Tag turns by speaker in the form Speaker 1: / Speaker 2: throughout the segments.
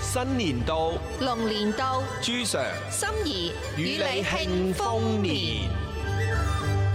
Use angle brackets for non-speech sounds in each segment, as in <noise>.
Speaker 1: 新年到，
Speaker 2: 龍年到，
Speaker 1: 朱 Sir
Speaker 2: 心怡
Speaker 1: 與
Speaker 2: 與你
Speaker 1: 你
Speaker 2: 慶
Speaker 1: 慶
Speaker 2: 豐
Speaker 1: 豐
Speaker 2: 年。
Speaker 1: 年。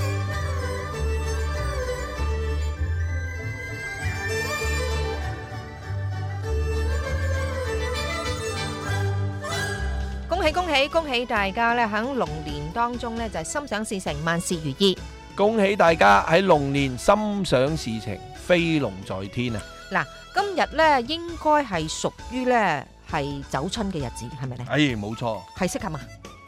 Speaker 3: 恭喜恭喜恭喜大家咧！喺龍年當中咧，就係心想事成，萬事如意。
Speaker 1: 恭喜大家喺龍年心想事成，飛龍在天啊！
Speaker 3: 嗱，今日咧應該係屬於咧係走春嘅日子，係咪咧？
Speaker 1: 哎，冇錯，
Speaker 3: 係適合嘛？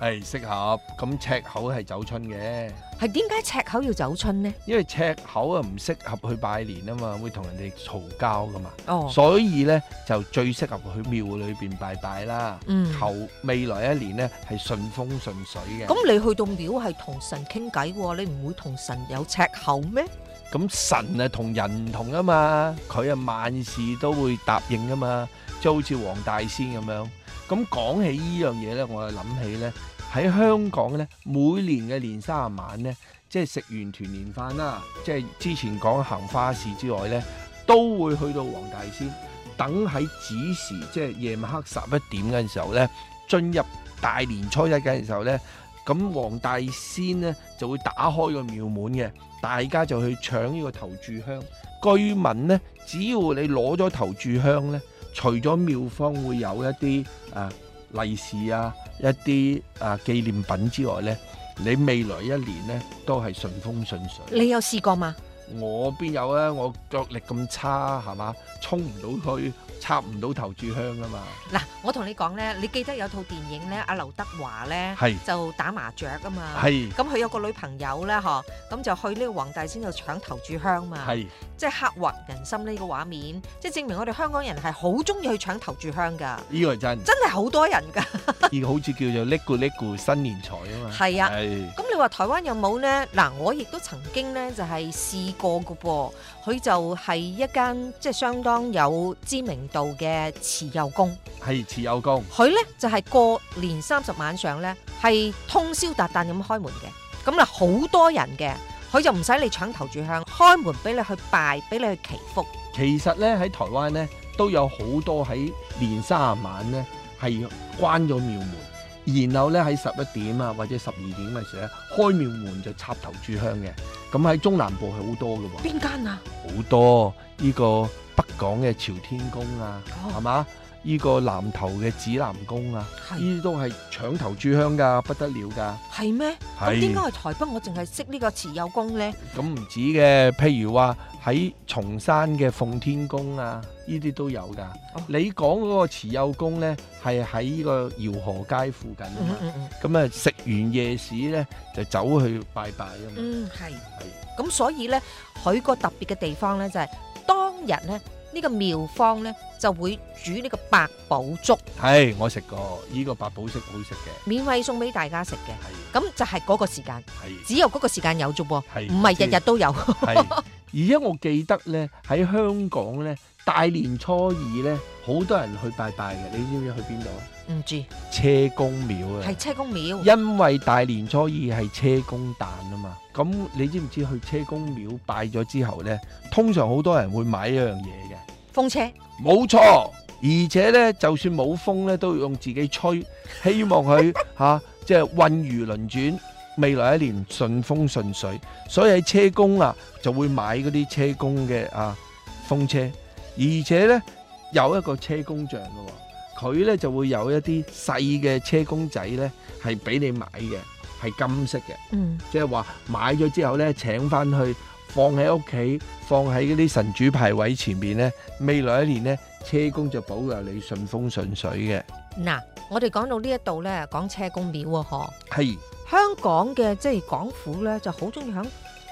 Speaker 1: 係適合。咁赤口係走春嘅，
Speaker 3: 係點解赤口要走春呢？
Speaker 1: 因為赤口啊唔適合去拜年啊嘛，會同人哋嘈交噶嘛，
Speaker 3: 哦，
Speaker 1: 所以呢，就最適合去廟裏邊拜拜啦。
Speaker 3: 嗯，
Speaker 1: 求未來一年呢係順風順水嘅。
Speaker 3: 咁你去到廟係同神傾偈喎，你唔會同神有赤口咩？
Speaker 1: 咁神啊同人唔同啊嘛，佢啊萬事都會答應啊嘛，即係好似黃大仙咁樣。咁講起呢樣嘢呢，我就諗起呢，喺香港呢，每年嘅年三十晚呢，即係食完團年飯啦，即係之前講行花市之外呢，都會去到黃大仙，等喺子時，即係夜晚黑十一點嘅時候呢，進入大年初一嘅時候呢，咁黃大仙呢就會打開個廟門嘅。大家就去搶呢個頭炷香。據聞呢，只要你攞咗頭炷香呢，除咗廟方會有一啲啊利是啊、一啲啊紀念品之外呢，你未來一年呢都係順風順水。
Speaker 3: 你有試過嘛？
Speaker 1: 我邊有啊？我腳力咁差係嘛，衝唔到去，插唔到頭炷香啊嘛。
Speaker 3: 嗱，我同你講咧，你記得有套電影咧，阿劉德華咧
Speaker 1: 係
Speaker 3: 就打麻雀啊嘛。
Speaker 1: 係
Speaker 3: 咁佢有個女朋友咧，嗬，咁就去呢個黃大仙度搶頭炷香嘛。
Speaker 1: 係
Speaker 3: 即係刻畫人心呢個畫面，即係證明我哋香港人係好中意去搶頭炷香㗎，
Speaker 1: 呢個係真，
Speaker 3: 真係好多人㗎。
Speaker 1: 呢個好似叫做叻咕叻咕新年財啊嘛。
Speaker 3: 係啊
Speaker 1: 係
Speaker 3: 咁你話台灣有冇呢？嗱，我亦都曾經呢，就係試過㗎噃，佢就係一間即係相當有知名度嘅慈幼宮，
Speaker 1: 係持有工。
Speaker 3: 佢呢，就係過年三十晚上呢，係通宵達旦咁開門嘅，咁啊好多人嘅，佢就唔使你搶頭炷香，開門俾你去拜，俾你去祈福。
Speaker 1: 其實咧喺台灣咧都有好多喺年卅晚咧係關咗廟門，然後咧喺十一點啊或者十二點嘅時候咧開廟門就插頭炷香嘅。咁喺中南部係好多嘅喎，
Speaker 3: 邊間啊？
Speaker 1: 好多呢個北港嘅朝天宮啊，係
Speaker 3: 哦，
Speaker 1: 嘛？呢個南投嘅指南宮啊，呢
Speaker 3: 係
Speaker 1: 啲都係搶頭炷香㗎，不得了㗎。
Speaker 3: 係咩？咁點解去台北我淨係識呢個慈幼宮咧？
Speaker 1: 咁唔止嘅，譬如話喺松山嘅奉天宮啊，呢啲都有㗎。
Speaker 3: 哦
Speaker 1: 你講嗰個慈幼宮呢，係喺呢個饒河街附近啊
Speaker 3: 嗯
Speaker 1: 嘛。
Speaker 3: 嗯嗯
Speaker 1: 咁啊、食完夜市呢，就走去拜拜啊嘛。
Speaker 3: 嗯，係。咁所以咧，佢個特別嘅地方咧就係、當日咧呢、呢個廟方咧就會煮呢個百寶粥，
Speaker 1: 係，我食過，呢、個八寶粥好食嘅。
Speaker 3: 免費送俾大家食嘅。
Speaker 1: 係
Speaker 3: 咁就係嗰個時間，
Speaker 1: 係
Speaker 3: 只有嗰個時間有啫喎，
Speaker 1: 係。
Speaker 3: 唔係日日都有。
Speaker 1: 係。而家我記得呢，喺香港呢，大年初二呢，好多人去拜拜嘅。你知唔知去邊度啊？
Speaker 3: 唔住，
Speaker 1: 車公廟啊。
Speaker 3: 係車公廟。
Speaker 1: 因為大年初二係車公誕啊嘛，咁你知唔知去車公廟拜咗之後呢？通常好多人會買一樣嘢嘅，
Speaker 3: 風車
Speaker 1: 冇錯。而且呢，就算冇風呢，都要用自己吹，希望佢嚇、即係運如輪轉，未來一年順風順水。所以喺車公啊，就會買嗰啲車公嘅啊風車，而且呢，有一個車公像嘅喎、佢呢就會有一啲細嘅車公仔呢，係俾你買嘅，係金色嘅，
Speaker 3: 嗯，
Speaker 1: 即係話買咗之後呢，請翻去放喺屋企，放喺嗰啲神主牌位前面呢。未來一年呢，車公就保佑你順風順水嘅。
Speaker 3: 嗱，我哋講到呢一度咧，講車公廟喎，嗬。
Speaker 1: 係
Speaker 3: 香港嘅即係港府咧，就好中意響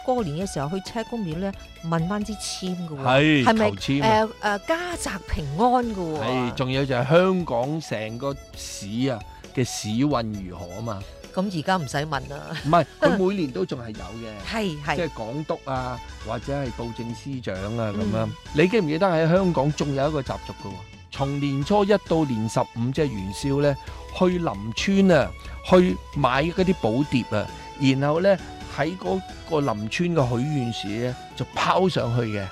Speaker 3: 過年嘅時候去車公廟咧問翻支簽嘅喎，
Speaker 1: 係
Speaker 3: 係咪
Speaker 1: 求籤啊！
Speaker 3: 誒誒家宅平安嘅
Speaker 1: 係，
Speaker 3: 喎。
Speaker 1: 仲有就係香港成個市啊嘅市運如何啊嘛，
Speaker 3: 咁而家唔使問啦，
Speaker 1: 唔係
Speaker 3: <laughs>
Speaker 1: 佢每年都仲係有嘅。
Speaker 3: 係
Speaker 1: 即
Speaker 3: 係
Speaker 1: 係港督啊，或者係布政司長啊咁樣。
Speaker 3: 嗯
Speaker 1: 你記唔記得喺香港仲有一個習俗嘅喎？從年初一到年十五，即係元宵呢，去林村啊，去買嗰啲寶碟啊，然後呢，喺嗰個林村嘅許願樹呢，就拋上去嘅。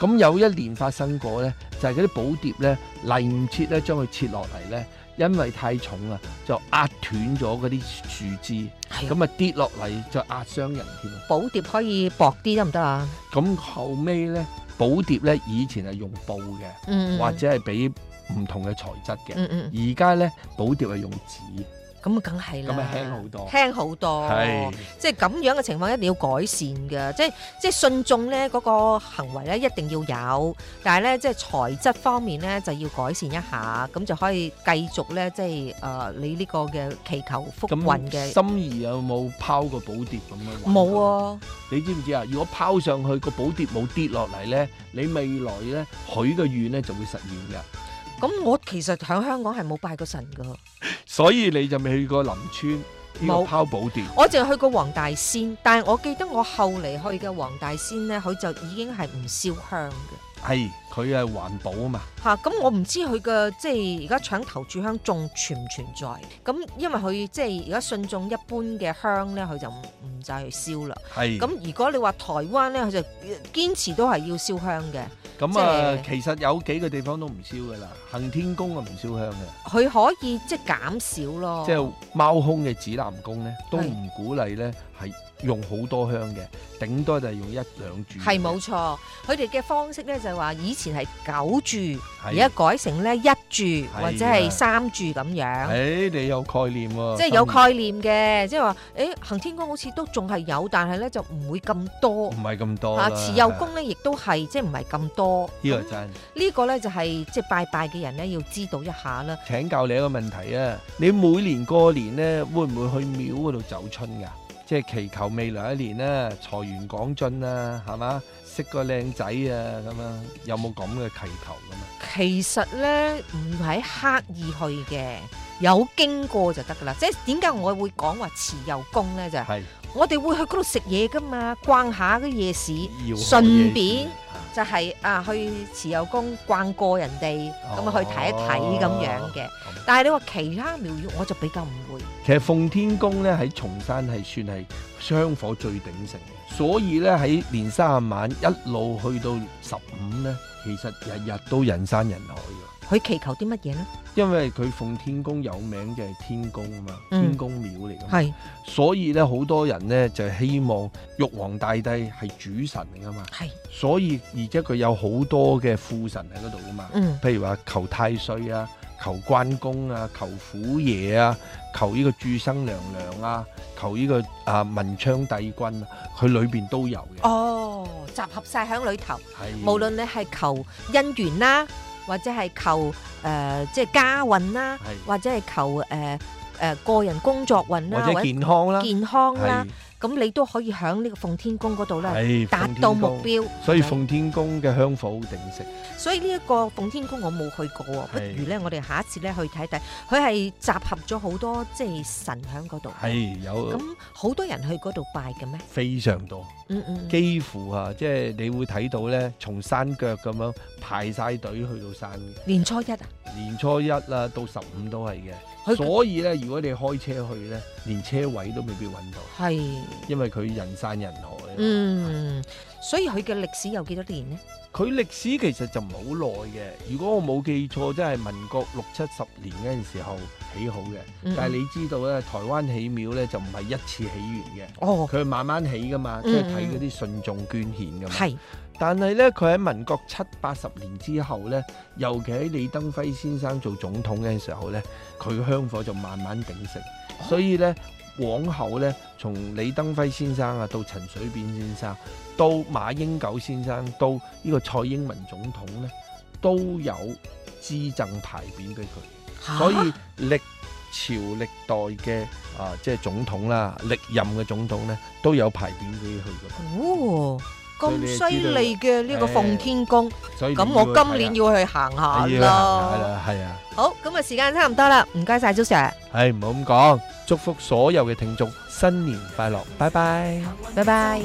Speaker 1: 咁有一年發生過呢，就係嗰啲寶碟呢嚟唔切呢，將佢切落嚟呢，因為太重啊，就壓斷咗嗰啲樹枝，
Speaker 3: 係啊
Speaker 1: 咁啊跌落嚟就壓傷人添啊。
Speaker 3: 寶碟可以薄啲得唔得啊？
Speaker 1: 咁後尾呢，寶碟呢以前係用布嘅，
Speaker 3: 嗯，
Speaker 1: 或者係俾唔同嘅材質嘅。
Speaker 3: 嗯嗯，
Speaker 1: 而家呢，寶碟係用紙，
Speaker 3: 咁啊梗係啦，
Speaker 1: 咁啊輕好多。
Speaker 3: 輕好多，
Speaker 1: 係
Speaker 3: 即係咁樣嘅情況一定要改善嘅，即係即係信眾咧嗰個行為咧一定要有，但係咧即係材質方面咧就要改善一下，咁就可以繼續咧即係誒、呃你呢個嘅祈求福運
Speaker 1: 咁
Speaker 3: 嘅
Speaker 1: 心儀有冇拋過寶碟咁樣玩過？
Speaker 3: 冇啊，
Speaker 1: 你知唔知啊？如果拋上去個寶碟冇跌落嚟呢，你未來呢許嘅願呢就會實現嘅。
Speaker 3: 咁我其實喺香港係冇拜過神噶，
Speaker 1: 所以你就未去過林村呢個
Speaker 3: 冇
Speaker 1: 拋寶碟，
Speaker 3: 我淨係去過黃大仙，但係我記得我後嚟去嘅黃大仙咧，佢就已經係唔燒香嘅。
Speaker 1: 係佢係環保啊嘛。
Speaker 3: 嚇！咁、我唔知佢嘅即係而家搶頭炷香仲存唔存在？咁因為佢即係而家信眾一般嘅香咧，佢就唔唔再去燒啦。
Speaker 1: 係
Speaker 3: 咁如果你話台灣咧，佢就堅持都係要燒香嘅。
Speaker 1: 咁啊，
Speaker 3: 即
Speaker 1: 其實有幾個地方都唔燒噶啦，行天宮啊唔燒香嘅，
Speaker 3: 佢可以即係減少咯。
Speaker 1: 即係貓空嘅指南宮呢都
Speaker 3: 哦係
Speaker 1: 唔鼓勵呢係用好多香嘅，頂多就係用一兩柱。
Speaker 3: 係冇錯，佢哋嘅方式咧就係話以前係九柱，而
Speaker 1: 係
Speaker 3: 家改成咧一柱
Speaker 1: 啊
Speaker 3: 或者係三柱咁樣。
Speaker 1: 誒，你有概念喎，
Speaker 3: 即係有概念嘅，即係話，誒行天宮好似都仲係有，但係咧就唔會咁多
Speaker 1: 唔。係咁多
Speaker 3: 啊，
Speaker 1: 啦
Speaker 3: 慈幼宮咧，亦都係即係唔係咁多。
Speaker 1: 呢個
Speaker 3: 咁
Speaker 1: 真。
Speaker 3: 呢個咧就係即係拜拜嘅人咧要知道一下啦。
Speaker 1: 請教你一個問題啊！你每年過年呢，會唔會去廟嗰度走春㗎？即係祈求未來一年啦，財源廣進啊，係嘛？識個靚仔啊，咁樣有冇咁嘅祈求咁啊？
Speaker 3: 其實咧唔係刻意去嘅，有經過就得噶啦。即係點解我會講話慈幼宮咧？就係、
Speaker 1: 係
Speaker 3: 我哋會去嗰度食嘢噶嘛，逛下嘅夜市，
Speaker 1: 要學
Speaker 3: 順便
Speaker 1: 嘢先
Speaker 3: 就係、啊去慈幼宮逛過人哋，咁啊去睇一睇咁樣嘅。
Speaker 1: 哦
Speaker 3: 但係你話其他廟宇，我就比較唔會。
Speaker 1: 其實奉天宮呢，喺松山係算係香火最鼎盛嘅，所以呢，喺年三十晚一路去到十五呢，其實日日都人山人海嘅。
Speaker 3: 佢祈求啲乜嘢咧？
Speaker 1: 因為佢奉天宮有名嘅係天宮啊嘛，
Speaker 3: 嗯
Speaker 1: 天宮廟嚟噶嘛，
Speaker 3: 係
Speaker 1: 所以咧好多人咧就希望玉皇大帝係主神嚟噶嘛，
Speaker 3: 係
Speaker 1: 所以而且佢有好多嘅副神喺嗰度噶嘛，
Speaker 3: 嗯
Speaker 1: 譬如話求太歲啊、求關公啊、求虎爺啊、求呢個註生娘娘啊、求呢、個啊文昌帝君啊，佢裏邊都有嘅，
Speaker 3: 哦，集合晒喺裏頭。
Speaker 1: 係
Speaker 3: 無論你係求姻緣啦，或者係求誒、呃即係家運啦，
Speaker 1: 係
Speaker 3: 或者係求誒誒、呃呃個人工作運啦，
Speaker 1: 或者健康啦，
Speaker 3: 健康啦
Speaker 1: 係，
Speaker 3: 咁你都可以喺呢個奉天宮嗰度咧
Speaker 1: 係
Speaker 3: 達
Speaker 1: 奉天
Speaker 3: 到目
Speaker 1: 宮
Speaker 3: 標。
Speaker 1: 所以
Speaker 3: 係咪
Speaker 1: 奉天宮嘅香火好鼎盛。
Speaker 3: 所以呢一個奉天宮我冇去過喎，不
Speaker 1: 係
Speaker 3: 如咧我哋下一次咧去睇睇，佢係集合咗好多即係神喺嗰度。
Speaker 1: 係有
Speaker 3: 咁好多人去嗰度拜嘅咩？
Speaker 1: 非常多，
Speaker 3: 嗯嗯，嗯
Speaker 1: 幾乎啊，即係你會睇到咧，從山腳咁樣排晒隊去到山嘅，
Speaker 3: 年初一啊，
Speaker 1: 年初一啦、到十五都係嘅。
Speaker 3: 佢
Speaker 1: 所以咧，如果你開車去咧，連車位都未必揾到，
Speaker 3: 係
Speaker 1: 因為佢人山人海。，啊
Speaker 3: 嗯，所以佢嘅歷史有幾多年呢？
Speaker 1: 佢歷史其實就唔係好耐嘅。如果我冇記錯，真係民國六七十年嗰陣時候起好嘅。
Speaker 3: 嗯
Speaker 1: 但係你知道咧，台灣起廟咧就唔係一次起完嘅，
Speaker 3: 哦，
Speaker 1: 佢係慢慢起噶嘛，即係睇嗰啲信眾捐獻噶嘛。
Speaker 3: 係
Speaker 1: 但係咧，佢喺民國七八十年之後咧，尤其喺李登輝先生做總統嘅時候咧，佢香火就慢慢鼎盛，
Speaker 3: 哦
Speaker 1: 所以咧，往後咧，從李登輝先生啊，到陳水扁先生，到馬英九先生，到呢個蔡英文總統咧，都有資贈牌匾俾佢，
Speaker 3: 啊
Speaker 1: 所以歷朝歷代嘅啊，即係總統啦，歷任嘅總統咧，都有牌匾俾佢㗎。
Speaker 3: 哦咁犀利嘅呢
Speaker 1: 所以你就知
Speaker 3: 個
Speaker 1: 道
Speaker 3: 奉天宮，
Speaker 1: 所以你
Speaker 3: 咁我
Speaker 1: 要去睇下
Speaker 3: 今年要去行下
Speaker 1: 係
Speaker 3: 啦。
Speaker 1: 啦，係啊，
Speaker 3: 好，咁啊時間差唔多啦，唔該晒，Jo Sir，
Speaker 1: 係唔好咁講，祝福所有嘅聽眾新年快樂，拜拜。
Speaker 3: 拜拜。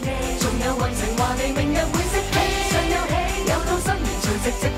Speaker 2: 仲有運程話你永日會識起，上有喜，有到新年隨直直